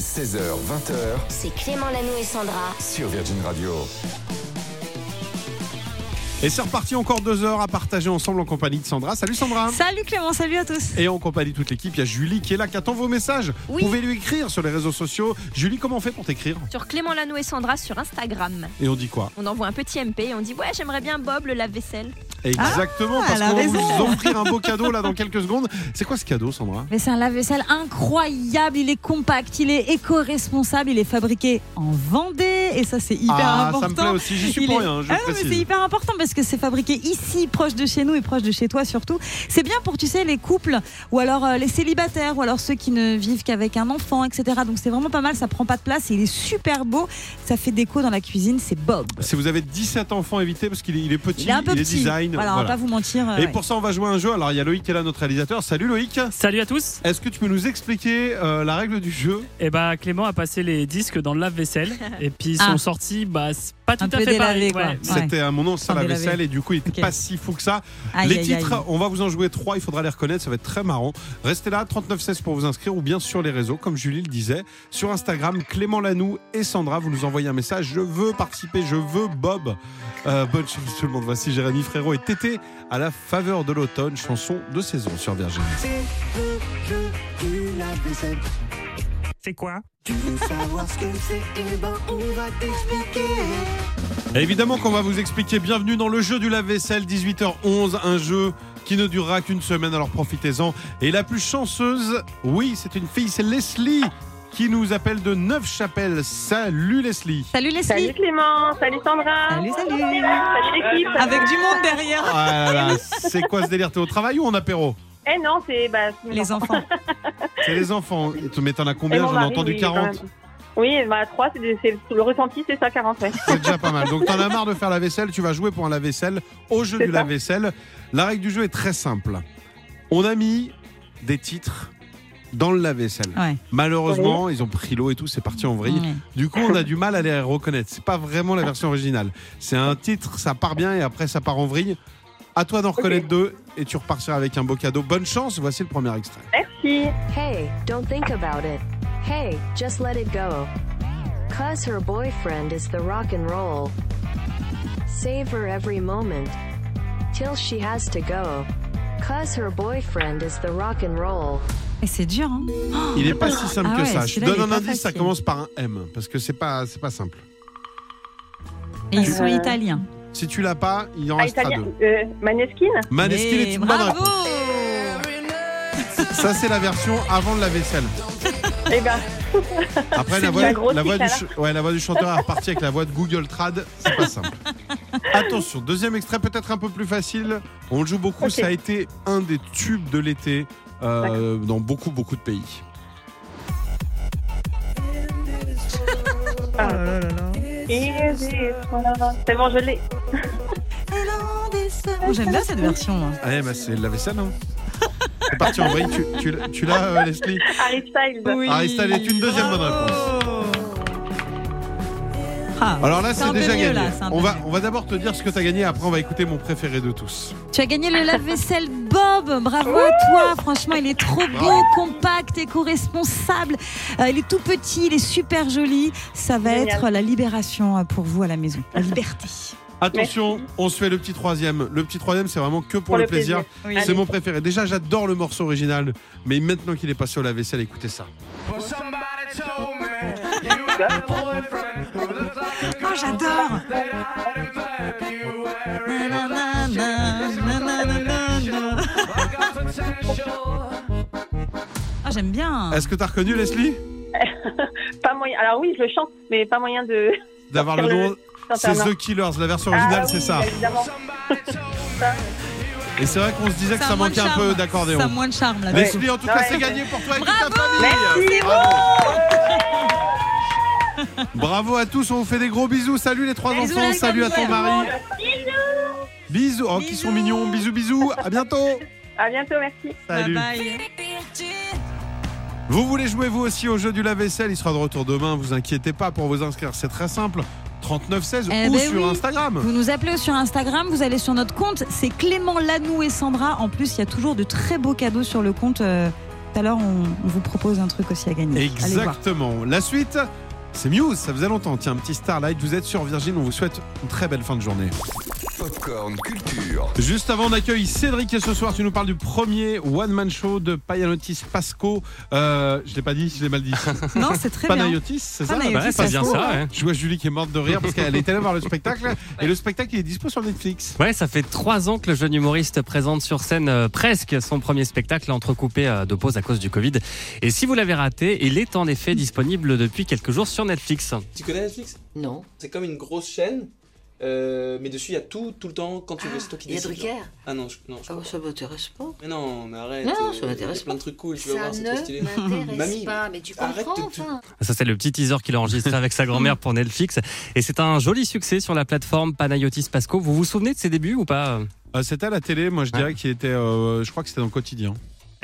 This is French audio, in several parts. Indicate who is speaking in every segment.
Speaker 1: 16h, 20h
Speaker 2: C'est Clément Lanoux et Sandra.
Speaker 1: sur Virgin Radio.
Speaker 3: Et c'est reparti encore deux heures à partager ensemble en compagnie de Sandra. Salut Sandra
Speaker 4: Salut Clément, salut à tous.
Speaker 3: Et en compagnie de toute l'équipe, il y a Julie qui est là, qui attend vos messages.
Speaker 4: Oui.
Speaker 3: Vous pouvez lui écrire sur les réseaux sociaux. Julie, comment on fait pour t'écrire
Speaker 4: Sur Clément Lano et Sandra sur Instagram.
Speaker 3: Et on dit quoi
Speaker 4: On envoie un petit MP et on dit Ouais, j'aimerais bien Bob le lave-vaisselle.
Speaker 3: Exactement, parce
Speaker 5: Ah, elle a
Speaker 3: qu'on va vous
Speaker 5: raison.
Speaker 3: offrir un beau cadeau là dans quelques secondes. C'est quoi ce cadeau, Sandra
Speaker 5: Mais c'est un lave-vaisselle incroyable, il est compact, il est éco-responsable, il est fabriqué en Vendée et ça c'est hyper
Speaker 3: Ah,
Speaker 5: important.
Speaker 3: ça me plaît aussi, j'y suis
Speaker 5: Il
Speaker 3: pour
Speaker 5: est-
Speaker 3: rien, je
Speaker 5: Ah
Speaker 3: le
Speaker 5: non, mais
Speaker 3: précise.
Speaker 5: c'est hyper important parce que c'est fabriqué ici, proche de chez nous et proche de chez toi surtout. C'est bien pour, tu sais, les couples ou alors euh, les célibataires ou alors ceux qui ne vivent qu'avec un enfant, etc. Donc c'est vraiment pas mal, ça prend pas de place et il est super beau. Ça fait déco dans la cuisine, c'est Bob.
Speaker 3: Si vous avez 17 enfants, évitez parce qu'il est, il est petit,
Speaker 5: Il est un peu petit.
Speaker 3: design.
Speaker 5: voilà, on va
Speaker 3: voilà.
Speaker 5: pas vous mentir. euh,
Speaker 3: Et
Speaker 5: ouais.
Speaker 3: pour ça, on va jouer à un jeu. Alors, il y a Loïc qui est là, notre réalisateur. Salut Loïc
Speaker 6: Salut à tous.
Speaker 3: Est-ce que tu peux nous expliquer euh, la règle du jeu
Speaker 6: Eh bah Clément a passé les disques dans le lave-vaisselle et puis ils
Speaker 5: Ah.
Speaker 6: sont sortis bah c'est pas tout
Speaker 5: Un
Speaker 6: à
Speaker 5: peu
Speaker 6: fait
Speaker 5: délavé,
Speaker 6: pareil.
Speaker 5: quoi.
Speaker 6: ouais.
Speaker 5: Ouais.
Speaker 3: C'était à mon nom, ça
Speaker 5: Enfin,
Speaker 3: la
Speaker 5: délavé.
Speaker 3: vaisselle, et du coup, il n'était
Speaker 5: Ok.
Speaker 3: pas si fou que ça.
Speaker 5: Aïe,
Speaker 3: les
Speaker 5: aïe, aïe.
Speaker 3: titres, on va vous en jouer trois, il faudra les reconnaître, ça va être très marrant. Restez là, 3916 pour vous inscrire ou bien sur les réseaux, comme Julie le disait, sur Instagram, Clément Lanoux et Sandra, vous nous envoyez un message, je veux participer, je veux Bob. Euh, bonne chance tout le monde, voici Jérémy Frérot et Tété à la faveur de l'automne, chanson de saison sur Virgin.
Speaker 6: C'est quoi
Speaker 3: Et Évidemment qu'on va vous expliquer, bienvenue dans le jeu du lave-vaisselle, 18h11, un jeu qui ne durera qu'une semaine, alors profitez-en. Et la plus chanceuse, oui, c'est une fille, c'est Leslie qui nous appelle de Neufchapelle. Salut Leslie
Speaker 5: Salut Leslie.
Speaker 7: Salut Clément, salut Sandra.
Speaker 5: Salut, salut.
Speaker 7: Salut l'équipe.
Speaker 5: Avec du monde derrière.
Speaker 3: Ah là là, c'est quoi ce délire T'es au travail ou en apéro
Speaker 7: Eh non, c'est bah, c'est mes
Speaker 5: Les
Speaker 7: enfants.
Speaker 5: enfants.
Speaker 3: C'est les enfants. Et tu- Mais t'en as
Speaker 7: Et
Speaker 3: combien
Speaker 7: mon
Speaker 3: J'en ai
Speaker 7: mari,
Speaker 3: entendu
Speaker 7: oui,
Speaker 3: 40.
Speaker 7: quand même. Oui, bah, 3, c'est des- c'est- le ressenti, c'est ça, 40, ouais.
Speaker 3: C'est déjà pas mal. Donc t'en as marre de faire la vaisselle, tu vas jouer pour un lave-vaisselle au jeu
Speaker 7: C'est
Speaker 3: du
Speaker 7: ça.
Speaker 3: lave-vaisselle. La règle du jeu est très simple. On a mis des titres dans le lave-vaisselle.
Speaker 5: Ouais.
Speaker 3: Malheureusement, ils ont pris l'eau et tout, c'est parti en vrille.
Speaker 5: Ouais.
Speaker 3: Du coup, on a du mal à les reconnaître. C'est pas vraiment la version originale. C'est un titre, ça part bien et après ça part en vrille. À toi d'en reconnaître deux et tu repartiras avec un beau cadeau. Bonne chance, voici le premier extrait.
Speaker 7: Merci.
Speaker 2: Hey, don't think about it. Hey, just let it go. Cause her boyfriend is the rock and roll. Savor every moment. Till she has to go. Cause her boyfriend is the rock and roll.
Speaker 5: Et c'est dur, hein.
Speaker 3: Il n'est pas si simple
Speaker 5: Ah
Speaker 3: que
Speaker 5: ouais,
Speaker 3: ça. Je te
Speaker 5: celui-là, il
Speaker 3: donne
Speaker 5: est
Speaker 3: un
Speaker 5: pas
Speaker 3: indice, ça
Speaker 5: facile.
Speaker 3: commence par un M, parce que c'est pas, c'est pas simple.
Speaker 5: Et ils sont
Speaker 7: Euh,
Speaker 5: italiens.
Speaker 3: Si tu l'as pas, il en
Speaker 7: Ah,
Speaker 3: restera
Speaker 7: italien.
Speaker 3: deux.
Speaker 7: Euh, Maneskin
Speaker 3: Maneskin
Speaker 5: Mais
Speaker 3: est une bonne
Speaker 5: bravo
Speaker 3: réponse. Ça, c'est la version avant de la vaisselle.
Speaker 7: Eh ben,
Speaker 3: Après,
Speaker 7: C'est
Speaker 3: la voix,
Speaker 7: la grosse
Speaker 3: la voix du,
Speaker 7: Nicolas.
Speaker 3: ch- ouais, la voix du chanteur est repartie avec la voix de Google Trad. C'est pas simple. Attention, deuxième extrait, peut-être un peu plus facile. On le joue beaucoup.
Speaker 7: Ok.
Speaker 3: Ça a été un des tubes de l'été euh, dans beaucoup, beaucoup de pays.
Speaker 7: c'est bon, je l'ai.
Speaker 5: Oh, J'aime bien cette version. moi.
Speaker 3: Ah, eh ben, c'est de la vaisselle, non C'est parti en vrai. Tu, tu l'as- tu l'as, euh, Leslie
Speaker 7: Harry Styles.
Speaker 3: Aristote est une deuxième bonne réponse.
Speaker 5: Ah,
Speaker 3: Alors là,
Speaker 5: un
Speaker 3: c'est
Speaker 5: peu
Speaker 3: déjà gagné.
Speaker 5: mieux, là, c'est un peu
Speaker 3: on, va,
Speaker 5: mieux.
Speaker 3: on va d'abord te dire ce que t'as gagné, après on va écouter mon préféré de tous.
Speaker 5: Tu as gagné le lave-vaisselle Bob. Bravo à toi. Franchement, il est trop beau, compact, éco-responsable. Euh, il est tout petit, il est super joli. Ça va
Speaker 7: Génial.
Speaker 5: être la libération euh, pour vous à la maison. La liberté.
Speaker 3: Attention, on se fait le petit troisième. Le petit troisième, c'est vraiment que pour, le plaisir. C'est
Speaker 7: Allez.
Speaker 3: mon préféré. Déjà, j'adore le morceau original, mais maintenant qu'il est passé au lave-vaisselle, écoutez ça.
Speaker 5: Oh, j'adore. Ah, j'aime bien.
Speaker 3: Est-ce que t'as reconnu, Leslie
Speaker 7: Pas moyen. Alors oui, je le chante, mais pas moyen de.
Speaker 3: D'avoir le
Speaker 7: Sur le-
Speaker 3: nom C'est
Speaker 7: sincèrement.
Speaker 3: The Killers, la version originale,
Speaker 7: Ah
Speaker 3: c'est
Speaker 7: oui,
Speaker 3: ça.
Speaker 7: Évidemment.
Speaker 3: Et c'est vrai qu'on se disait que
Speaker 5: a
Speaker 3: ça
Speaker 5: moins de
Speaker 3: manquait un
Speaker 5: charme.
Speaker 3: peu
Speaker 5: Ça a
Speaker 3: d'accordéon.
Speaker 5: moins de charme là.
Speaker 3: Leslie, en tout cas,
Speaker 7: Ouais.
Speaker 3: c'est gagné pour toi et toute ta
Speaker 5: Bravo
Speaker 3: famille.
Speaker 5: Merci,
Speaker 3: Bravo. Bravo à tous, on vous fait des gros bisous. Salut les trois
Speaker 5: Bisous,
Speaker 3: enfants,
Speaker 5: la
Speaker 3: salut à ton
Speaker 5: famille.
Speaker 3: mari. Bisous. Oh, qui
Speaker 5: Bisous.
Speaker 3: sont mignons. Bisous, bisous. À bientôt.
Speaker 7: À bientôt, merci.
Speaker 3: Salut.
Speaker 5: Bye bye.
Speaker 3: Vous voulez jouer vous aussi au jeu du lave-vaisselle Il sera de retour demain. Vous inquiétez pas pour vous inscrire. C'est très simple. 3916
Speaker 5: Eh
Speaker 3: ou
Speaker 5: ben
Speaker 3: sur
Speaker 5: oui.
Speaker 3: Instagram.
Speaker 5: Vous nous appelez sur Instagram, vous allez sur notre compte, c'est Clément Lanou et Sandra. En plus, il y a toujours de très beaux cadeaux sur le compte. euh, tout à l'heure, on, on vous propose un truc aussi à gagner. Allez voir.
Speaker 3: Exactement. La suite, c'est Muse. Ça faisait longtemps. Tiens, un petit Starlight. Vous êtes sur Virgin. On vous souhaite une très belle fin de journée.
Speaker 1: Popcorn Culture.
Speaker 3: Juste avant, on accueille Cédric. Et ce soir, tu nous parles du premier one-man show de Payanotis Pasco. Euh, je l'ai pas dit, je l'ai mal dit.
Speaker 5: Non, c'est très bien.
Speaker 3: Panayotis, c'est ça
Speaker 5: Panayotis.
Speaker 3: Bah,
Speaker 5: oui,
Speaker 8: ouais,
Speaker 5: ça
Speaker 8: pas
Speaker 5: se
Speaker 8: bien
Speaker 5: trouve,
Speaker 8: ça. hein.
Speaker 3: Je vois Julie qui est morte de rire parce qu'elle est allée voir le spectacle. Et le spectacle, il est dispo sur Netflix.
Speaker 8: Ouais, ça fait trois ans que le jeune humoriste présente sur scène euh, presque son premier spectacle entrecoupé euh, de pauses à cause du Covid. Et si vous l'avez raté, il est en effet disponible depuis quelques jours sur Netflix.
Speaker 9: Tu connais Netflix
Speaker 10: Non.
Speaker 9: C'est comme une grosse chaîne, euh, mais dessus il y a tout, tout le temps, quand tu veux, c'est toi qui
Speaker 10: Il y a
Speaker 9: décides. genre.
Speaker 10: Drucker
Speaker 9: Ah non, je, non, je
Speaker 10: Ah,
Speaker 2: Oh,
Speaker 9: crois
Speaker 10: ça m'intéresse pas.
Speaker 9: pas. Mais non, mais arrête.
Speaker 10: Non,
Speaker 9: euh,
Speaker 10: ça m'intéresse
Speaker 9: il y a plein de trucs cool, tu vas
Speaker 2: Ça
Speaker 9: voir, c'est trop
Speaker 2: ne
Speaker 9: stylé.
Speaker 2: m'intéresse
Speaker 9: Mamie,
Speaker 2: pas, mais tu
Speaker 9: arrête
Speaker 2: comprends
Speaker 9: de te-
Speaker 2: enfin.
Speaker 8: Ça, c'est le petit teaser qu'il a enregistré avec sa grand-mère pour Netflix. Et c'est un joli succès sur la plateforme Panayotis Pasco. Vous vous souvenez de ses débuts ou pas
Speaker 3: Euh, c'était à la télé, moi je dirais qu'il était. euh, je crois que c'était dans le quotidien.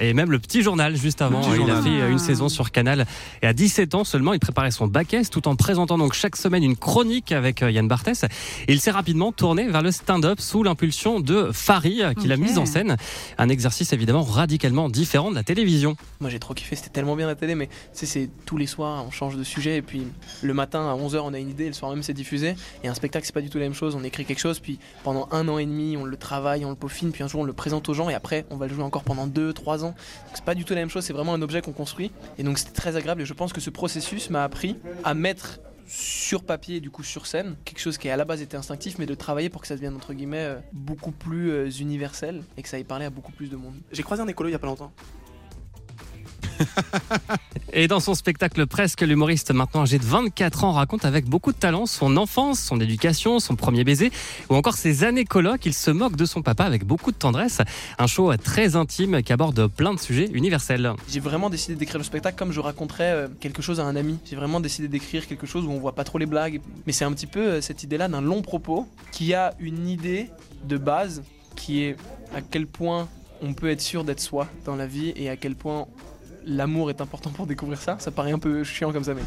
Speaker 8: Et même le petit journal juste avant.
Speaker 3: petit
Speaker 8: Il
Speaker 3: journal.
Speaker 8: a fait euh, une saison sur Canal. Et à 17 ans seulement, il préparait son bac S tout en présentant donc chaque semaine une chronique avec euh, Yann Barthès. Et il s'est rapidement tourné vers le stand-up sous l'impulsion de Farid, euh, qu'il a
Speaker 5: Ok.
Speaker 8: mise en scène. Un exercice évidemment radicalement différent de la télévision.
Speaker 9: Moi j'ai trop kiffé, c'était tellement bien la télé, mais tu sais, c'est tous les soirs on change de sujet, et puis le matin à 11h on a une idée, et le soir même c'est diffusé. Et un spectacle c'est pas du tout la même chose, on écrit quelque chose, puis pendant un an et demi on le travaille, on le peaufine, puis un jour on le présente aux gens, et après on va le jouer encore pendant 2-3 ans. Donc c'est pas du tout la même chose, c'est vraiment un objet qu'on construit. Et donc c'était très agréable, et je pense que ce processus m'a appris à mettre sur papier et du coup sur scène, quelque chose qui à la base était instinctif, mais de travailler pour que ça devienne entre guillemets euh, beaucoup plus euh, universel et que ça aille parler à beaucoup plus de monde. J'ai croisé un écolo il y a pas longtemps.
Speaker 8: Et dans son spectacle presque, l'humoriste maintenant âgé de 24 ans raconte avec beaucoup de talent son enfance, son éducation, son premier baiser ou encore ses années coloc. Il se moque de son papa avec beaucoup de tendresse. Un show euh, très intime qui aborde plein de sujets universels.
Speaker 9: J'ai vraiment décidé d'écrire le spectacle comme je raconterais euh, quelque chose à un ami. J'ai vraiment décidé d'écrire quelque chose où on voit pas trop les blagues. Mais c'est un petit peu euh, cette idée-là d'un long propos qui a une idée de base qui est à quel point on peut être sûr d'être soi dans la vie et à quel point l'amour est important pour découvrir ça. Ça paraît un peu chiant comme ça, mais.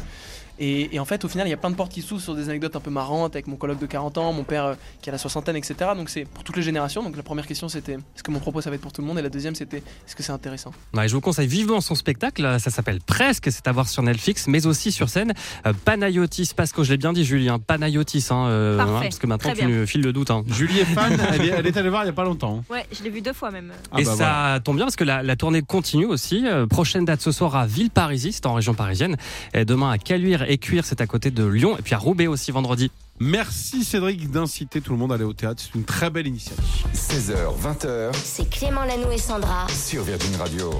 Speaker 9: Et, et en fait, au final, il y a plein de portes qui s'ouvrent sur des anecdotes un peu marrantes avec mon colloque de 40 ans, mon père euh, qui a la soixantaine, etc. Donc c'est pour toutes les générations. Donc la première question, c'était est-ce que mon propos ça va être pour tout le monde Et la deuxième, c'était est-ce que c'est intéressant
Speaker 8: Ouais, je vous conseille vivement son spectacle. Ça s'appelle Presque. C'est à voir sur Netflix, mais aussi sur scène. Euh, Panayotis, parce que je l'ai bien dit, Julien. Panayotis, hein, euh,
Speaker 4: Parfait.
Speaker 8: parce que maintenant
Speaker 4: Très
Speaker 8: tu
Speaker 4: bien.
Speaker 8: nous files le doute. hein.
Speaker 3: Julie est fan, elle est, elle est allée voir il n'y a pas longtemps.
Speaker 4: Ouais, je l'ai vu deux fois même.
Speaker 3: Ah
Speaker 8: et
Speaker 3: bah
Speaker 8: ça
Speaker 3: voilà.
Speaker 8: tombe bien parce que la, la tournée continue aussi. Euh, prochaine date ce soir à Villeparisis, c'est en région parisienne. Et demain à Caluire et Cuire, c'est à côté de Lyon. Et puis à Roubaix aussi vendredi.
Speaker 3: Merci Cédric d'inciter tout le monde à aller au théâtre. C'est une très belle initiative.
Speaker 1: 16h, 20h
Speaker 2: C'est Clément Lanoux et Sandra.
Speaker 1: sur Virgin Radio.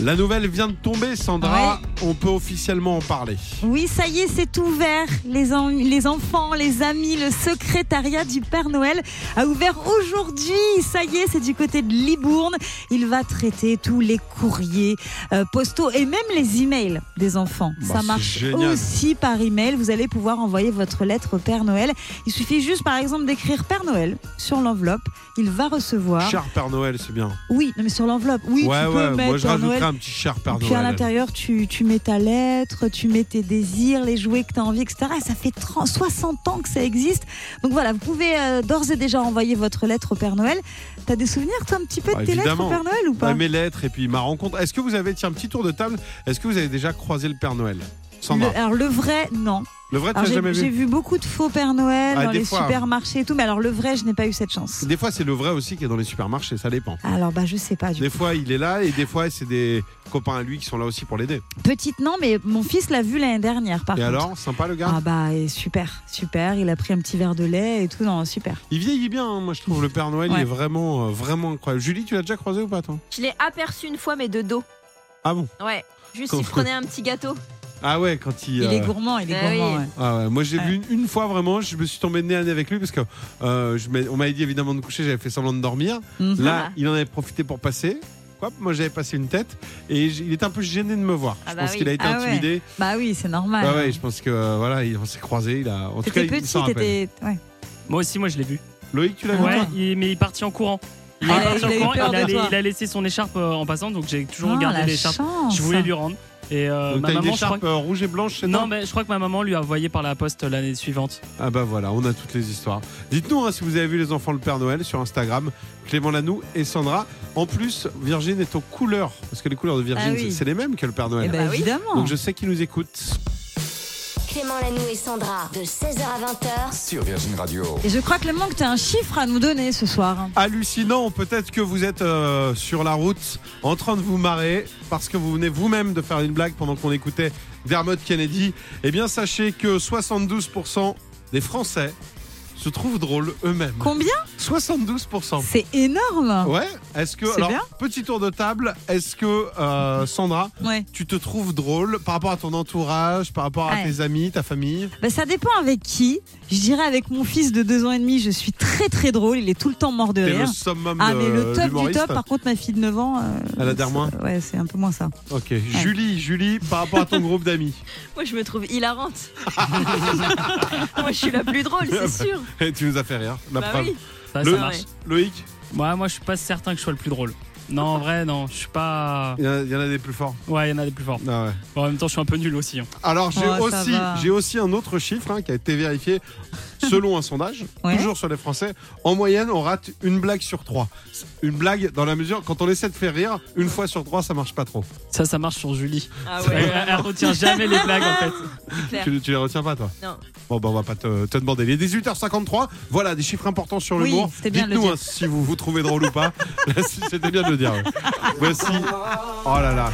Speaker 3: La nouvelle vient de tomber, Sandra. On peut officiellement en parler.
Speaker 5: Oui, ça y est, c'est ouvert. Les, en- les enfants, les amis, le secrétariat du Père Noël a ouvert aujourd'hui. Ça y est, c'est du côté de Libourne. Il va traiter tous les courriers euh, postaux et même les emails des enfants.
Speaker 3: Bah,
Speaker 5: ça
Speaker 3: c'est
Speaker 5: marche
Speaker 3: génial.
Speaker 5: aussi par email. Vous allez pouvoir envoyer votre lettre au Père Noël. Il suffit juste, par exemple, d'écrire Père Noël sur l'enveloppe. Il va recevoir.
Speaker 3: Char Père Noël, c'est bien.
Speaker 5: Oui, non, mais sur l'enveloppe. Ah. Oui,
Speaker 3: ouais,
Speaker 5: tu peux
Speaker 3: ouais,
Speaker 5: mettre
Speaker 3: moi je
Speaker 5: Père
Speaker 3: rajouterais un
Speaker 5: Noël.
Speaker 3: petit Char Père
Speaker 5: Puis à
Speaker 3: Noël.
Speaker 5: l'intérieur, tu, tu mets ta lettre, tu mets tes désirs, les jouets que tu as envie, etc. Et ça fait 30 60 ans que ça existe. Donc voilà, vous pouvez euh, d'ores et déjà envoyer votre lettre au Père Noël. T'as des souvenirs, toi, un petit peu
Speaker 3: Bah,
Speaker 5: de tes lettres
Speaker 3: évidemment.
Speaker 5: au Père Noël ou pas
Speaker 3: Ouais, mes lettres et puis ma rencontre. Est-ce que vous avez, tiens, un petit tour de table, est-ce que vous avez déjà croisé le Père Noël
Speaker 5: Le-
Speaker 3: Sandra, le,
Speaker 5: alors le vrai, non.
Speaker 3: vrai, tu
Speaker 5: Alors,
Speaker 3: l'as
Speaker 5: j'ai-
Speaker 3: jamais
Speaker 5: j'ai
Speaker 3: vu
Speaker 5: vu beaucoup de faux Père Noël
Speaker 3: Ah,
Speaker 5: dans
Speaker 3: des
Speaker 5: les
Speaker 3: fois.
Speaker 5: supermarchés et tout, mais alors le vrai, je n'ai pas eu cette chance.
Speaker 3: Des fois, c'est le vrai aussi qui est dans les supermarchés, ça dépend.
Speaker 5: Alors bah je sais pas. Du
Speaker 3: Des fois, il est là et des fois, c'est des copains à lui qui sont là aussi pour l'aider.
Speaker 5: coup. Petite non, mais mon fils l'a vu l'année dernière par
Speaker 3: Et
Speaker 5: contre.
Speaker 3: alors, sympa le gars
Speaker 5: ah bah et super, super. Il a pris un petit verre de lait et tout, non super.
Speaker 3: Il vieillit bien, hein, moi je trouve. Le Père Noël, il
Speaker 5: Ouais.
Speaker 3: est vraiment, euh, vraiment incroyable. Julie, tu l'as déjà croisé ou pas, toi
Speaker 4: Je l'ai aperçu une fois, mais de dos.
Speaker 3: Ah bon
Speaker 4: Ouais. Juste,
Speaker 3: Comme-
Speaker 4: il prenait un petit gâteau.
Speaker 3: Ah ouais, quand il.
Speaker 5: Il est
Speaker 3: euh,
Speaker 5: gourmand, il est
Speaker 4: Ah oui.
Speaker 5: gourmand. ouais.
Speaker 3: Ah ouais, moi j'ai
Speaker 5: Ouais.
Speaker 3: vu une, une fois vraiment, je me suis tombé nez à nez avec lui parce que euh, je m'ai- on m'avait dit évidemment de coucher, j'avais fait semblant de dormir.
Speaker 5: Mhm.
Speaker 3: Là,
Speaker 4: Ah.
Speaker 3: il en avait profité pour passer. Hop, moi j'avais passé une tête et j- il était un peu gêné de me voir.
Speaker 4: Ah
Speaker 3: je
Speaker 4: bah
Speaker 3: pense
Speaker 4: oui.
Speaker 3: qu'il a été
Speaker 5: Ah ouais.
Speaker 3: intimidé.
Speaker 5: Bah oui, c'est normal.
Speaker 3: Bah ouais, je pense que euh, voilà, il- on s'est croisés. Il a... En tout cas,
Speaker 5: T'étais
Speaker 3: il- il
Speaker 5: petit,
Speaker 3: s'en rappelle.
Speaker 5: t'étais. Ouais.
Speaker 11: Moi aussi, moi je l'ai vu.
Speaker 3: Loïc, tu l'as vu
Speaker 5: Ouais.
Speaker 11: Ouais, il- mais il est parti en courant. Il est
Speaker 5: Ah,
Speaker 11: parti
Speaker 5: il
Speaker 11: en
Speaker 5: a eu
Speaker 11: courant, il
Speaker 5: peur de
Speaker 11: a,
Speaker 5: toi.
Speaker 11: il a laissé son écharpe euh, en passant, donc j'ai toujours
Speaker 5: Ah,
Speaker 11: gardé
Speaker 5: la
Speaker 11: l'écharpe.
Speaker 5: chance.
Speaker 11: Je voulais lui rendre.
Speaker 6: Et euh,
Speaker 3: Donc
Speaker 6: ma
Speaker 3: t'as une
Speaker 6: maman, je crois
Speaker 3: écharpe
Speaker 6: que-
Speaker 3: euh, rouge et blanche, c'est
Speaker 6: Non,
Speaker 3: toi
Speaker 6: mais je crois que ma maman lui a envoyé par la poste l'année suivante.
Speaker 3: Ah bah voilà, on a toutes les histoires. Dites-nous hein, si vous avez vu les enfants le Père Noël sur Instagram, Clément Lanoux et Sandra. En plus, Virgin est aux couleurs, parce que les couleurs de Virgin,
Speaker 12: Ah oui.
Speaker 3: c'est- c'est les mêmes que le Père Noël.
Speaker 12: Eh ben, Bah oui. évidemment.
Speaker 3: Donc je sais qu'ils nous écoutent.
Speaker 12: Clément Lanou et Sandra, de 16h à 20h.
Speaker 1: Sur Virgin Radio.
Speaker 5: Et je crois, Clément, que tu as un chiffre à nous donner ce soir.
Speaker 3: Hallucinant, peut-être que vous êtes euh, sur la route en train de vous marrer parce que vous venez vous-même de faire une blague pendant qu'on écoutait Dermot Kennedy. Eh bien, sachez que 72% des Français se trouvent drôles eux-mêmes.
Speaker 5: Combien
Speaker 3: 72%.
Speaker 5: C'est énorme.
Speaker 3: Ouais. Est-ce que
Speaker 5: C'est
Speaker 3: alors
Speaker 5: bien.
Speaker 3: petit tour de table, est-ce que euh, Sandra,
Speaker 5: Ouais.
Speaker 3: tu te trouves drôle par rapport à ton entourage, par rapport à
Speaker 5: Ouais.
Speaker 3: tes amis, ta famille
Speaker 5: Bah, ça dépend avec qui. Je dirais avec mon fils de deux ans et demi, je suis très très drôle. Il est tout le temps mort de
Speaker 3: T'es le
Speaker 5: rire.
Speaker 3: summum
Speaker 5: ah
Speaker 3: de
Speaker 5: mais le top hein. du
Speaker 3: l'humoriste.
Speaker 5: top. Par contre, ma fille de 9 ans, euh,
Speaker 3: Elle adhère
Speaker 5: c'est-
Speaker 3: moins
Speaker 5: Ouais, c'est un peu moins ça.
Speaker 3: OK, Julie, Julie, par rapport à ton groupe d'amis.
Speaker 4: Moi, je me trouve hilarante. Moi, je suis la plus drôle, c'est sûr.
Speaker 3: Et tu nous as fait rire, la
Speaker 6: Bah
Speaker 3: preuve.
Speaker 6: oui. Ça,
Speaker 3: Le-
Speaker 6: ça marche.
Speaker 3: Loïc
Speaker 6: Moi, moi, je suis pas certain que je sois le plus drôle. Non, en vrai, non, je suis pas.
Speaker 3: Il y, en a- il y en a des plus forts. Ah
Speaker 6: Ouais, il y en a des plus forts. Bon, en même temps, je suis un peu nul aussi. hein.
Speaker 3: Alors j'ai
Speaker 6: Oh, ça
Speaker 3: aussi,
Speaker 6: va.
Speaker 3: j'ai aussi un autre chiffre hein, qui a été vérifié selon un sondage, toujours sur les Français. En moyenne, on rate une blague sur trois. Une blague dans la mesure quand on essaie de faire rire, une fois sur trois, ça marche pas trop.
Speaker 6: Ça, ça marche sur Julie.
Speaker 4: Ah
Speaker 3: ouais,
Speaker 6: elle, elle retient jamais les blagues en fait.
Speaker 4: Claire.
Speaker 3: Tu, tu les retiens pas toi
Speaker 4: Non.
Speaker 3: Bon bah on va pas te, te demander. Il est 18h53. Voilà des chiffres importants sur
Speaker 5: Oui,
Speaker 3: l'humour.
Speaker 5: c'était bien de le
Speaker 3: Dites-nous
Speaker 5: dire.
Speaker 3: hein, si vous vous trouvez drôle ou pas. Là, si- C'était bien de le dire. ouais. Voici. Oh là là.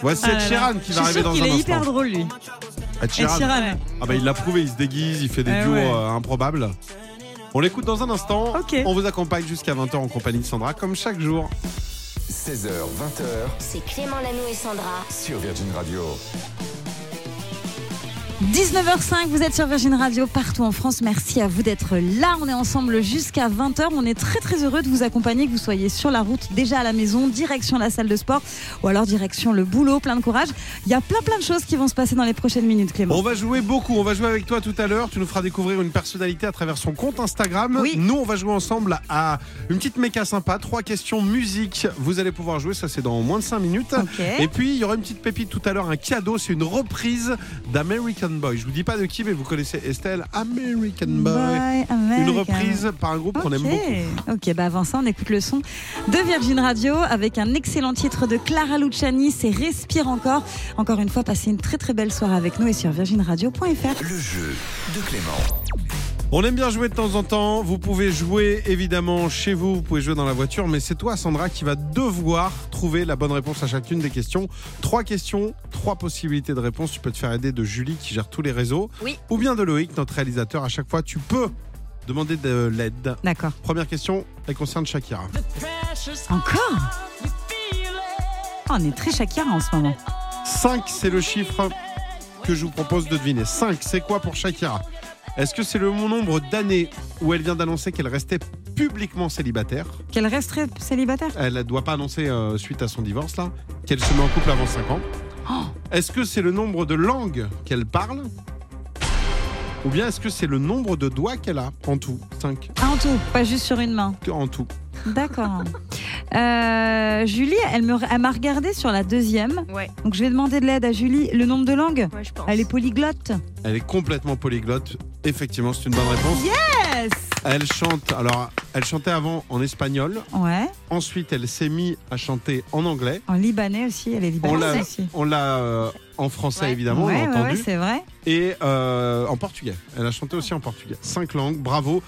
Speaker 3: Voici
Speaker 5: Ah
Speaker 3: Ed
Speaker 5: là là.
Speaker 3: Sheeran qui
Speaker 5: Je
Speaker 3: va
Speaker 5: suis
Speaker 3: arriver
Speaker 5: sûre
Speaker 3: dans un
Speaker 5: qu'il
Speaker 3: instant.
Speaker 5: est hyper drôle lui.
Speaker 3: Ed Sheeran.
Speaker 5: Ed Sheeran, ouais.
Speaker 3: Ah bah il l'a prouvé, il se déguise, il fait des
Speaker 5: Eh
Speaker 3: duos
Speaker 5: ouais.
Speaker 3: euh, improbables. On l'écoute dans un instant. On vous accompagne jusqu'à 20h en compagnie de Sandra, comme chaque jour.
Speaker 1: 16h, 20h.
Speaker 12: C'est Clément Lanou et Sandra.
Speaker 1: Sur Virgin Radio.
Speaker 5: 19h05, vous êtes sur Virgin Radio partout en France. Merci à vous d'être là. On est ensemble jusqu'à 20h. On est très très heureux de vous accompagner, que vous soyez sur la route, déjà à la maison, direction la salle de sport ou alors direction le boulot. Plein de courage. Il y a plein plein de choses qui vont se passer dans les prochaines minutes, Clément.
Speaker 3: On va jouer beaucoup, on va jouer avec toi tout à l'heure. Tu nous feras découvrir une personnalité à travers son compte Instagram. Nous, on va jouer ensemble à une petite méca sympa. Trois questions musique. Vous allez pouvoir jouer, ça c'est dans moins de 5 minutes. Et puis, il y aura une petite pépite tout à l'heure, un cadeau. C'est une reprise d'American Boy. Je vous dis pas de qui, mais vous connaissez Estelle. American Boy.
Speaker 5: Bye, Bah, American.
Speaker 3: ben, bah, Une reprise par un groupe qu'on aime beaucoup.
Speaker 5: Ok, ok, bah avant ça, on écoute le son de Virgin Radio avec un excellent titre de Clara Luciani, c'est Respire encore. Encore une fois, passez une très très belle soirée avec nous et sur virginradio.fr.
Speaker 1: Le jeu de Clément.
Speaker 3: On aime bien jouer de temps en temps. Vous pouvez jouer évidemment chez vous, vous pouvez jouer dans la voiture, mais c'est toi, Sandra, qui va devoir trouver la bonne réponse à chacune des questions. Trois questions, trois possibilités de réponse. Tu peux te faire aider de Julie qui gère tous les réseaux,
Speaker 4: Oui.
Speaker 3: ou bien de Loïc, notre réalisateur. À chaque fois, tu peux demander de l'aide.
Speaker 5: D'accord.
Speaker 3: Première question, elle concerne Shakira.
Speaker 5: Encore Oh, On est très Shakira en ce moment.
Speaker 3: 5, c'est le chiffre que je vous propose de deviner. 5, c'est quoi pour Shakira Est-ce que c'est le nombre d'années où elle vient d'annoncer qu'elle restait publiquement célibataire
Speaker 5: Qu'elle resterait célibataire
Speaker 3: Elle ne doit pas annoncer, euh, suite à son divorce, là, qu'elle se met en couple avant 5 ans.
Speaker 5: Oh
Speaker 3: Est-ce que c'est le nombre de langues qu'elle parle Ou bien est-ce que c'est le nombre de doigts qu'elle a en tout 5
Speaker 5: Ah, en tout, pas juste sur une main.
Speaker 3: en tout.
Speaker 5: D'accord. Euh, Julie, elle me- elle m'a regardée sur la deuxième.
Speaker 4: Ouais.
Speaker 5: Donc je vais demander de l'aide à Julie. Le nombre de langues
Speaker 4: Ouais, je pense.
Speaker 5: Elle est polyglotte.
Speaker 3: Elle est complètement polyglotte. Effectivement, c'est une bonne réponse.
Speaker 5: Yes
Speaker 3: Elle chante, alors, elle chantait avant en espagnol.
Speaker 5: Ouais.
Speaker 3: Ensuite, elle s'est mise à chanter en anglais.
Speaker 5: En libanais aussi, elle est
Speaker 3: On
Speaker 5: libanaise
Speaker 3: l'a,
Speaker 5: aussi.
Speaker 3: on l'a euh, en français évidemment,
Speaker 5: ouais,
Speaker 3: on l'a
Speaker 5: ouais,
Speaker 3: entendu.
Speaker 5: ouais, c'est vrai.
Speaker 3: et euh, en portugais. Elle a chanté aussi en portugais. Cinq langues, bravo.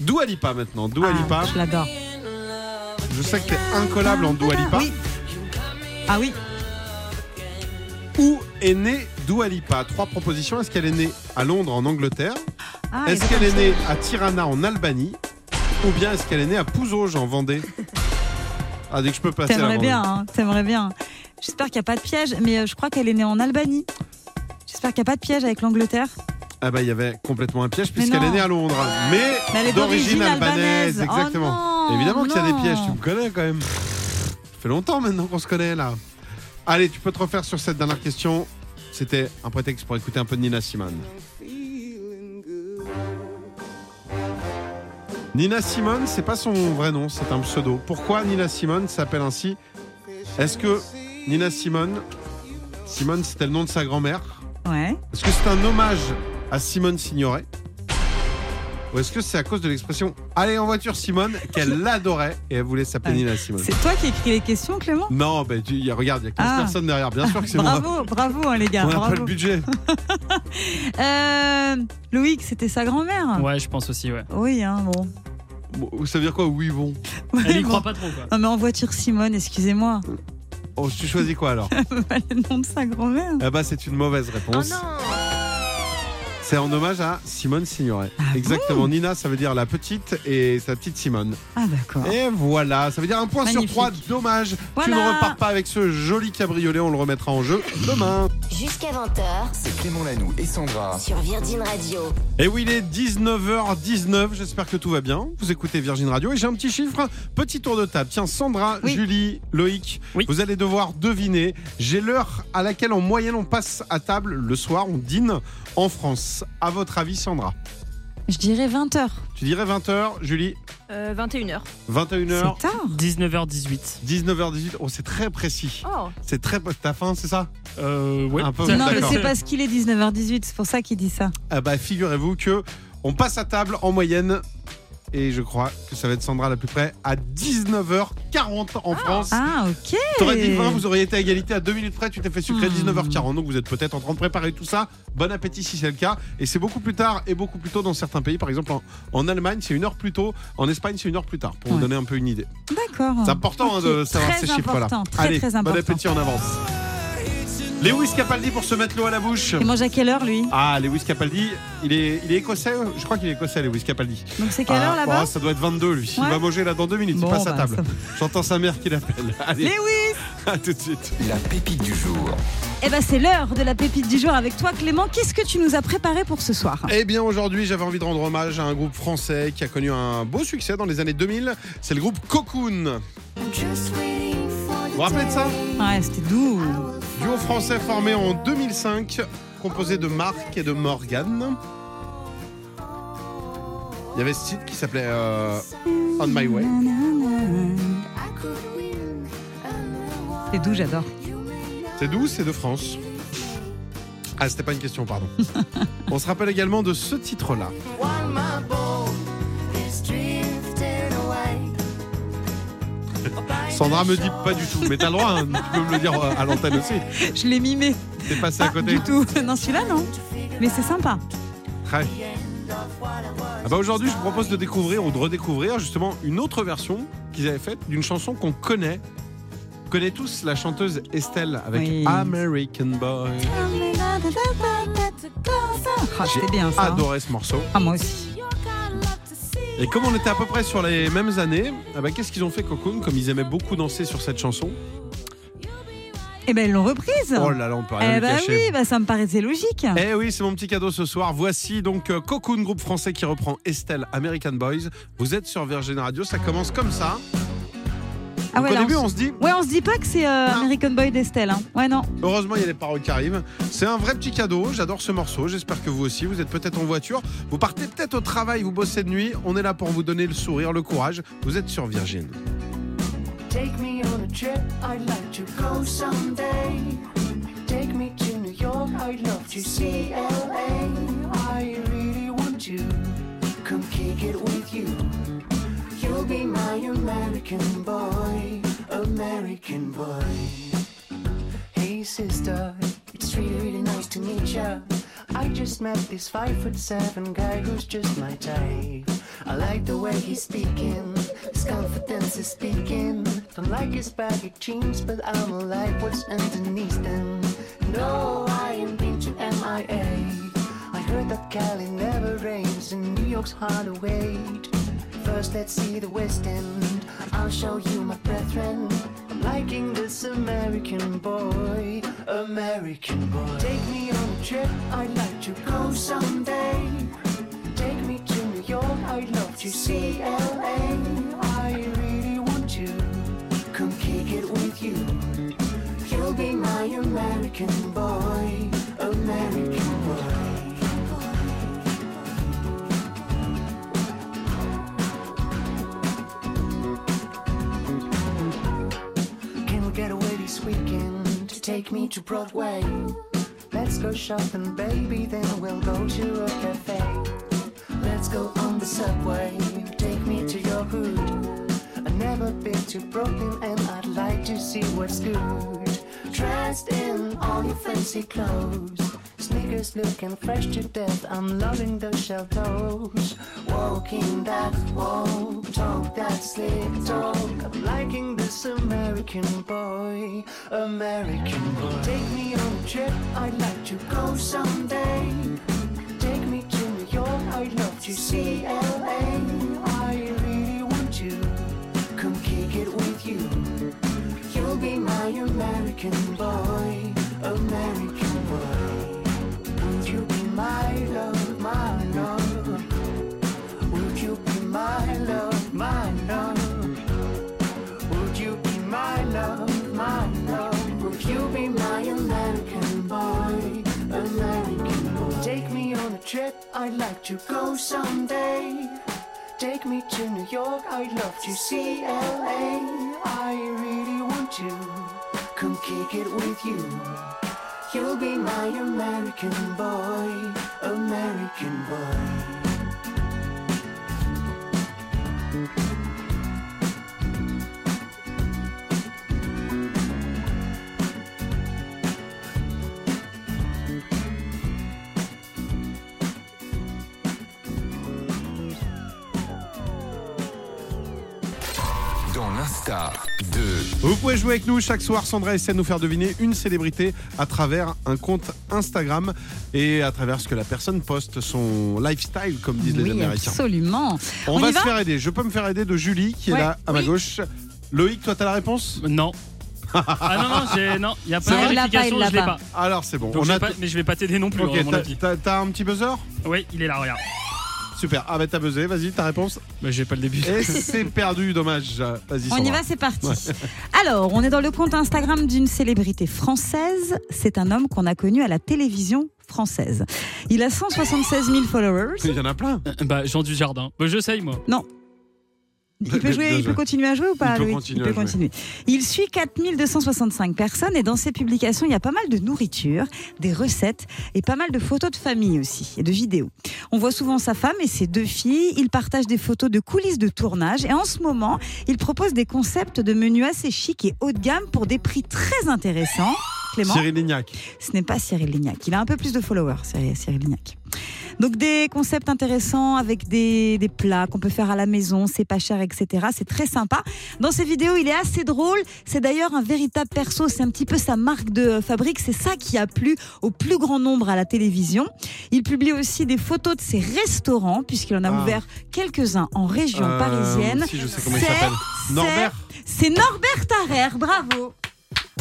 Speaker 3: Dua Lipa maintenant,
Speaker 5: Ah,
Speaker 3: Dua Lipa.
Speaker 5: Je l'adore.
Speaker 3: Je sais que t'es incollable en Dua Lipa.
Speaker 5: Ah oui.
Speaker 3: Où est née Dua Lipa Trois propositions. Est-ce qu'elle est née à Londres en Angleterre
Speaker 5: Ah,
Speaker 3: Est-ce
Speaker 5: elle est
Speaker 3: qu'elle est
Speaker 5: comme
Speaker 3: née à Tirana en Albanie Ou bien est-ce qu'elle est née à Pouzauges en Vendée Ah, dès que je peux passer la
Speaker 5: T'aimerais
Speaker 3: Vendée.
Speaker 5: bien, hein, t'aimerais bien. J'espère qu'il n'y a pas de piège, mais euh, je crois qu'elle est née en Albanie. J'espère qu'il n'y a pas de piège avec l'Angleterre.
Speaker 3: Ah bah il y avait complètement un piège
Speaker 5: Mais
Speaker 3: puisqu'elle
Speaker 5: non.
Speaker 3: est née à Londres,
Speaker 5: Mais elle
Speaker 3: mais
Speaker 5: est
Speaker 3: d'origine
Speaker 5: d'origine
Speaker 3: albanaise,
Speaker 5: albanaise. Oh
Speaker 3: exactement.
Speaker 5: non,
Speaker 3: Évidemment qu'il y a des
Speaker 5: non.
Speaker 3: pièges, tu me connais quand même. Pff, Ça fait longtemps maintenant qu'on se connaît là. Allez, tu peux te refaire sur cette dernière question. C'était un prétexte pour écouter un peu de Nina Simone. Nina Simone, c'est pas son vrai nom, c'est un pseudo. Pourquoi Nina Simone s'appelle ainsi Est-ce que Nina Simone Simone, c'était le nom de sa grand-mère.
Speaker 5: Ouais.
Speaker 3: Est-ce que c'est un hommage à Simone Signoret Ou est-ce que c'est à cause de l'expression Allez en voiture, Simone, qu'elle l'adorait et elle voulait s'appeler Nina Simone
Speaker 5: C'est toi qui écris les questions, Clément
Speaker 3: Non, bah, tu- y a- regarde, il y a 15
Speaker 5: Ah.
Speaker 3: personnes derrière, bien sûr que c'est moi.
Speaker 5: Bravo, bravo, hein, les gars.
Speaker 3: On n'a pas
Speaker 5: bravo.
Speaker 3: le budget.
Speaker 5: Euh, Loïc, c'était sa grand-mère
Speaker 6: Ouais, je pense aussi, ouais.
Speaker 5: Oui, hein, bon.
Speaker 3: Bon, ça veut dire quoi Oui, bon.
Speaker 6: Elle y
Speaker 5: bon.
Speaker 6: croit pas trop, quoi.
Speaker 5: Non, mais en voiture, Simone, excusez-moi.
Speaker 3: Oh, tu choisis quoi alors
Speaker 5: le nom de sa grand-mère.
Speaker 3: Eh bah, c'est une mauvaise
Speaker 4: Oh
Speaker 3: réponse. c'est en hommage à Simone Signoret.
Speaker 5: Ah
Speaker 3: Exactement. Nina, ça veut dire la petite et sa petite Simone.
Speaker 5: Ah, d'accord.
Speaker 3: Et voilà, ça veut dire un point
Speaker 5: Magnifique.
Speaker 3: sur trois. Dommage, tu
Speaker 5: Voilà.
Speaker 3: ne repars pas avec ce joli cabriolet. On le remettra en jeu demain.
Speaker 12: Jusqu'à 20h
Speaker 1: C'est Clément Lanoux et Sandra.
Speaker 12: sur Virgin Radio.
Speaker 3: Et oui, il est 19h19. J'espère que tout va bien. Vous écoutez Virgin Radio et j'ai un petit chiffre. Petit tour de table. Tiens, Sandra,
Speaker 5: Oui.
Speaker 3: Julie, Loïc,
Speaker 6: Oui.
Speaker 3: vous allez devoir deviner. J'ai l'heure à laquelle en moyenne on passe à table le soir, on dîne en France. À votre avis, Sandra
Speaker 5: Je dirais 20h.
Speaker 3: Tu dirais 20h, Julie
Speaker 4: 21h.
Speaker 3: 21h,
Speaker 5: C'est tard.
Speaker 6: 19h18.
Speaker 3: 19h18. Oh, c'est très précis.
Speaker 4: Oh,
Speaker 3: C'est très. T'as faim, c'est ça
Speaker 6: Euh, ouais.
Speaker 3: Un peu,
Speaker 6: Ça-
Speaker 5: Non, mais
Speaker 3: d'accord.
Speaker 5: c'est parce qu'il est 19h18, c'est pour ça qu'il dit ça.
Speaker 3: Ah bah, figurez-vous que on passe à table en moyenne. Et je crois que ça va être Sandra la plus près à 19h40 en France.
Speaker 5: Ah, ok.
Speaker 3: T'aurais dit 20, vous auriez été à égalité à 2 minutes près, tu t'es fait sucrer à
Speaker 5: Hmm.
Speaker 3: 19h40, donc vous êtes peut-être en train de préparer tout ça. Bon appétit si c'est le cas. Et c'est beaucoup plus tard et beaucoup plus tôt dans certains pays. Par exemple, en, en Allemagne, c'est une heure plus tôt. En Espagne, c'est une heure plus tard, pour vous
Speaker 5: Ouais.
Speaker 3: donner un peu une idée.
Speaker 5: D'accord.
Speaker 3: C'est important hein,
Speaker 5: Ok,
Speaker 3: de savoir
Speaker 5: très
Speaker 3: ces chiffres-là.
Speaker 5: important, Très,
Speaker 3: Allez,
Speaker 5: très important.
Speaker 3: bon appétit en avance. Lewis Capaldi pour se mettre l'eau à la bouche.
Speaker 5: Il mange à quelle heure, lui
Speaker 3: Ah, Lewis Capaldi, il est, il est écossais euh Je crois qu'il est écossais, Lewis Capaldi.
Speaker 5: Donc, c'est quelle heure
Speaker 3: Ah,
Speaker 5: là-bas
Speaker 3: oh, Ça doit être 22, lui. Il
Speaker 5: Ouais.
Speaker 3: va manger là dans deux minutes,
Speaker 5: Bon,
Speaker 3: il passe à
Speaker 5: bah,
Speaker 3: table.
Speaker 5: ça va.
Speaker 3: J'entends sa mère qui l'appelle. Allez,
Speaker 5: Lewis
Speaker 3: à tout de suite.
Speaker 1: La pépite du jour.
Speaker 5: Eh ben, c'est l'heure de la pépite du jour avec toi, Clément. Qu'est-ce que tu nous as préparé pour ce soir
Speaker 3: Eh bien, aujourd'hui, j'avais envie de rendre hommage à un groupe français qui a connu un beau succès dans les années 2000. C'est le groupe Cocoon. Vous vous rappelez de ça
Speaker 5: Ouais, c'était doux.
Speaker 3: Duo français formé en 2005, composé de Marc et de Morgan. Il y avait ce titre qui s'appelait euh, On My Way.
Speaker 5: C'est doux, j'adore.
Speaker 3: C'est d'où C'est de France. Ah, c'était pas une question, pardon. On se rappelle également de ce titre-là. Sandra me dit pas du tout, mais t'as le droit, hein, tu peux me le dire euh, à l'antenne aussi.
Speaker 5: Je l'ai mimé.
Speaker 3: T'es passé à
Speaker 5: Pas
Speaker 3: côté.
Speaker 5: Ah, du tout. Non, celui-là, non. Mais c'est sympa.
Speaker 3: Ouais. Ah bah aujourd'hui, je vous propose de découvrir ou de redécouvrir justement une autre version qu'ils avaient faite d'une chanson qu'on connaît. On connaît tous la chanteuse Estelle avec
Speaker 5: Oui.
Speaker 3: American Boy.
Speaker 5: Ah, c'était bien ça. hein.
Speaker 3: Adoré ce morceau.
Speaker 5: Ah, moi aussi.
Speaker 3: Et comme on était à peu près sur les mêmes années, ah bah, qu'est-ce qu'ils ont fait Cocoon Comme ils aimaient beaucoup danser sur cette chanson.
Speaker 5: Eh ben, ils l'ont reprise.
Speaker 3: Oh là là, on peut rien
Speaker 5: eh
Speaker 3: lui
Speaker 5: ben
Speaker 3: cacher.
Speaker 5: oui, bah, ça me paraissait logique.
Speaker 3: Eh oui, c'est mon petit cadeau ce soir. Voici donc euh, Cocoon, groupe français qui reprend Estelle American Boys. Vous êtes sur Virgin Radio, ça commence comme ça.
Speaker 5: Ah
Speaker 3: Donc
Speaker 5: ouais,
Speaker 3: au
Speaker 5: là,
Speaker 3: début,
Speaker 5: on
Speaker 3: on se dit,
Speaker 5: Ouais, on se dit pas que c'est euh,
Speaker 3: Non.
Speaker 5: American Boy d'Estelle. hein. Ouais, non.
Speaker 3: heureusement, il y a les paroles qui arrivent. C'est un vrai petit cadeau. J'adore ce morceau. J'espère que vous aussi. Vous êtes peut-être en voiture. Vous partez peut-être au travail. Vous bossez de nuit. On est là pour vous donner le sourire, le courage. Vous êtes sur Virgin.
Speaker 9: Take me on a trip, I'd like to go someday. Take me to New York, I'd love to see LA. I really want to come kick it with you. You'll be my American boy, American boy. Hey sister, it's really, really nice to meet ya. I just met this five foot seven guy who's just my type. I like the way he's speaking, his confidence is speaking. Don't like his baggy jeans, but I'm like what's underneath them. No, I ain't been to MIA. I heard that Cali never rains and New York's hard to wait. First, let's see the West End. I'll show you my brethren. I'm liking this American boy, American boy. Take me on a trip, I'd like to go someday. Take me to New York, I'd love to see LA. I really want to come kick it with you. You'll be my American boy, American boy. Can we get away this weekend to take take me to Broadway. Let's go shopping, baby, then we'll go to a cafe. Let's go on the subway, take me to your hood. I've never been to Brooklyn and I'd like to see what's good. Dressed in all your fancy clothes. Sneakers looking fresh to death, I'm loving those shell toes. Walking that walk, talk that slick talk. I'm liking this American boy, American boy. Take me on a trip, I'd like to go someday. Take me to New York, I'd love to see LA. I really want to come kick it with you. You'll be my American boy, American boy. Would you be my love, my love? Would you be my love, my love? Would you be my love, my love? Would you be my American boy, American boy? Take me on a trip, I'd like to go someday. Take me to New York, I'd love to see LA. I really want to come kick it with you. You'll be my American boy, American boy.
Speaker 1: Dans l'insta de
Speaker 3: Vous pouvez jouer avec nous chaque soir. Sandra essaie de nous faire deviner une célébrité à travers un compte Instagram et à travers ce que la personne poste, son lifestyle, comme disent les
Speaker 5: Oui,
Speaker 3: Américains.
Speaker 5: absolument.
Speaker 3: On,
Speaker 5: On
Speaker 3: va
Speaker 5: y
Speaker 3: se
Speaker 5: va
Speaker 3: faire aider. Je peux me faire aider de Julie qui
Speaker 5: Ouais.
Speaker 3: est là à ma
Speaker 5: Oui.
Speaker 3: gauche. Loïc, toi, t'as la réponse
Speaker 6: Non. Ah non, non, j'ai- non, il n'y a pas
Speaker 3: C'est
Speaker 6: de
Speaker 3: vrai. Il l'a
Speaker 6: vérification,
Speaker 3: pas, il
Speaker 6: je l'ai
Speaker 3: l'a
Speaker 6: pas.
Speaker 3: Alors, c'est bon.
Speaker 6: Donc,
Speaker 3: On
Speaker 6: je vais
Speaker 3: a-
Speaker 6: pas- mais je vais pas t'aider non plus,
Speaker 3: Ok,
Speaker 6: à mon
Speaker 3: t'as-
Speaker 6: avis.
Speaker 3: t'as- t'as un petit buzzer
Speaker 6: Oui, il est là, regarde.
Speaker 3: Super. Ah, bah, t'as buzzé. Vas-y, ta réponse
Speaker 6: Bah, j'ai pas le début.
Speaker 3: Et c'est perdu, dommage. Vas-y,
Speaker 5: On y
Speaker 3: Sandra.
Speaker 5: va, c'est parti.
Speaker 3: Ouais.
Speaker 5: Alors, on est dans le compte Instagram d'une célébrité française. C'est un homme qu'on a connu à la télévision française. Il a 176 000 followers.
Speaker 3: Il y en a plein.
Speaker 6: Bah, Jean du Jardin. Bah, je sais, moi.
Speaker 5: Non. Il peut, jouer, il peut continuer à jouer ou pas
Speaker 6: Il peut
Speaker 5: Loïc
Speaker 6: continuer
Speaker 5: Il peut
Speaker 6: à jouer.
Speaker 5: continuer. Il suit 4265 personnes et dans ses publications, il y a pas mal de nourriture, des recettes et pas mal de photos de famille aussi et de vidéos. On voit souvent sa femme et ses deux filles. Il partage des photos de coulisses de tournage et en ce moment, il propose des concepts de menus assez chic et haut de gamme pour des prix très intéressants. Clément
Speaker 3: Cyril Lignac.
Speaker 5: ce n'est pas Cyril Lignac. Il a un peu plus de followers, Cyril Cyril Lignac. Donc des concepts intéressants avec des, des plats qu'on peut faire à la maison, c'est pas cher, etc. C'est très sympa. Dans ses vidéos, il est assez drôle. C'est d'ailleurs un véritable perso. C'est un petit peu sa marque de euh, fabrique. C'est ça qui a plu au plus grand nombre à la télévision. Il publie aussi des photos de ses restaurants puisqu'il en a
Speaker 3: Ah.
Speaker 5: ouvert quelques-uns en région
Speaker 3: Euh,
Speaker 5: parisienne.
Speaker 3: si, je sais comment il
Speaker 5: C'est-
Speaker 3: s'appelle.
Speaker 5: c'est-
Speaker 3: Norbert
Speaker 5: C'est Norbert Tarrer. Bravo.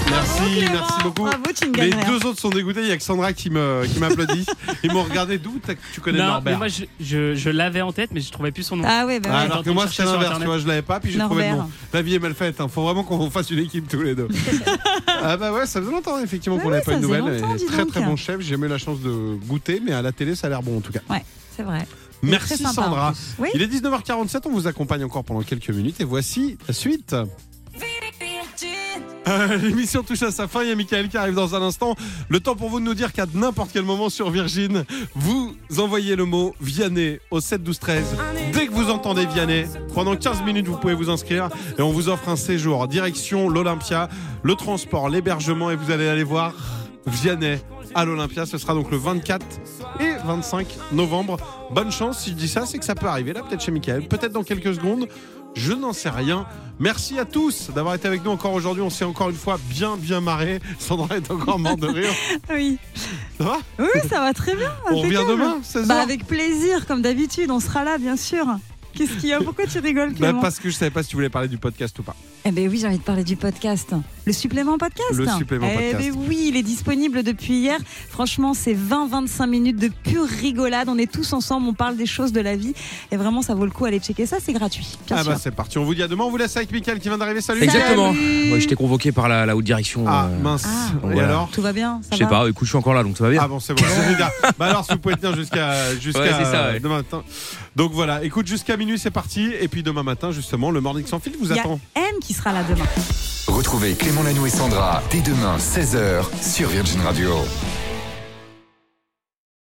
Speaker 3: Merci,
Speaker 5: Clément.
Speaker 3: merci beaucoup.
Speaker 5: Bravo, tu ne
Speaker 3: Les
Speaker 5: gagnes rien.
Speaker 3: deux autres sont dégoûtés. Il y a que Sandra qui me- qui m'applaudit. Ils m'ont regardé d'où t'as- tu connais
Speaker 6: non, mais
Speaker 3: Norbert.
Speaker 6: moi, je, je- je l'avais en tête, mais je trouvais plus son nom.
Speaker 5: Ah ouais, bah ouais.
Speaker 6: J'ai
Speaker 3: Alors que
Speaker 6: entendu
Speaker 3: moi,
Speaker 6: chercher
Speaker 3: c'est
Speaker 6: sur
Speaker 3: l'inverse. Tu
Speaker 6: Internet.
Speaker 3: vois, je l'avais pas, puis j'ai trouvé le
Speaker 5: Norbert.
Speaker 3: nom. La vie est mal faite. hein. Faut vraiment qu'on fasse une équipe tous les deux. ah bah ouais, ça faisait longtemps effectivement
Speaker 5: Bah
Speaker 3: qu'on
Speaker 5: oui,
Speaker 3: n'avait pas
Speaker 5: ça
Speaker 3: une
Speaker 5: faisait
Speaker 3: nouvelle.
Speaker 5: longtemps,
Speaker 3: Et
Speaker 5: dis
Speaker 3: très
Speaker 5: donc.
Speaker 3: très bon chef. J'ai jamais eu la chance de goûter, mais à la télé, ça a l'air bon en tout cas.
Speaker 5: Ouais, c'est vrai. Il est
Speaker 3: Merci
Speaker 5: très sympa, en
Speaker 3: Sandra.
Speaker 5: plus. Oui.
Speaker 3: Il est 19h47, on vous accompagne encore pendant quelques minutes et voici la suite. Euh, L'émission touche à sa fin, il y a Michael qui arrive dans un instant. Le temps pour vous de nous dire qu'à n'importe quel moment sur Virgin, vous envoyez le mot Vianney au 7 12 13. Dès que vous entendez Vianney, pendant 15 minutes vous pouvez vous inscrire et on vous offre un séjour direction l'Olympia, le transport, l'hébergement et vous allez aller voir Vianney à l'Olympia. Ce sera donc le 24 et 25 novembre. Bonne chance, si je dis ça, c'est que ça peut arriver là, peut-être chez Michael, peut-être dans quelques secondes. Je n'en sais rien. Merci à tous d'avoir été avec nous encore aujourd'hui. On s'est encore une fois bien, bien marré. Sandra est encore morte de rire.
Speaker 5: Oui.
Speaker 3: Ça va
Speaker 5: Oui, oui, ça va très bien.
Speaker 3: On revient
Speaker 5: impeccable.
Speaker 3: demain, 16
Speaker 5: Ah, Bah,
Speaker 3: heures.
Speaker 5: avec plaisir, comme d'habitude, on sera là, bien sûr. Qu'est-ce qu'il y a Pourquoi tu rigoles,
Speaker 3: Bah,
Speaker 5: Clément
Speaker 3: parce que je savais pas si tu voulais parler du podcast ou pas.
Speaker 5: Eh ben oui, j'ai envie de parler du podcast. Le supplément podcast
Speaker 3: Le supplément
Speaker 5: Eh
Speaker 3: podcast.
Speaker 5: ben oui, il est disponible depuis hier. Franchement, c'est 20-25 minutes de pure rigolade. On est tous ensemble, on parle des choses de la vie. Et vraiment, ça vaut le coup, allez checker ça, c'est gratuit. Bien
Speaker 3: ah
Speaker 5: sûr.
Speaker 3: bah c'est parti. On vous dit à demain. On vous laisse avec Michael qui vient d'arriver. Salut.
Speaker 13: Exactement.
Speaker 3: Mickaël.
Speaker 13: Moi, j'étais convoqué par la, la haute direction.
Speaker 3: Ah
Speaker 13: euh,
Speaker 3: mince.
Speaker 13: donc
Speaker 3: et
Speaker 13: voilà.
Speaker 3: alors
Speaker 5: Tout va bien ça
Speaker 13: Je sais
Speaker 5: va
Speaker 13: pas, écoute, je suis encore là, donc ça va bien.
Speaker 3: Ah bon, c'est bon. c'est bien. bah alors, si vous pouvez tenir jusqu'à jusqu'à
Speaker 13: Ouais, c'est ça, ouais.
Speaker 3: demain matin. Donc voilà, écoute, jusqu'à minuit, c'est parti. Et puis demain matin, justement, le Morning sans fil vous
Speaker 5: Il y a
Speaker 3: attend.
Speaker 5: M qui sera là demain.
Speaker 1: Retrouvez Clément Lanoux et Sandra dès demain 16h sur Virgin Radio.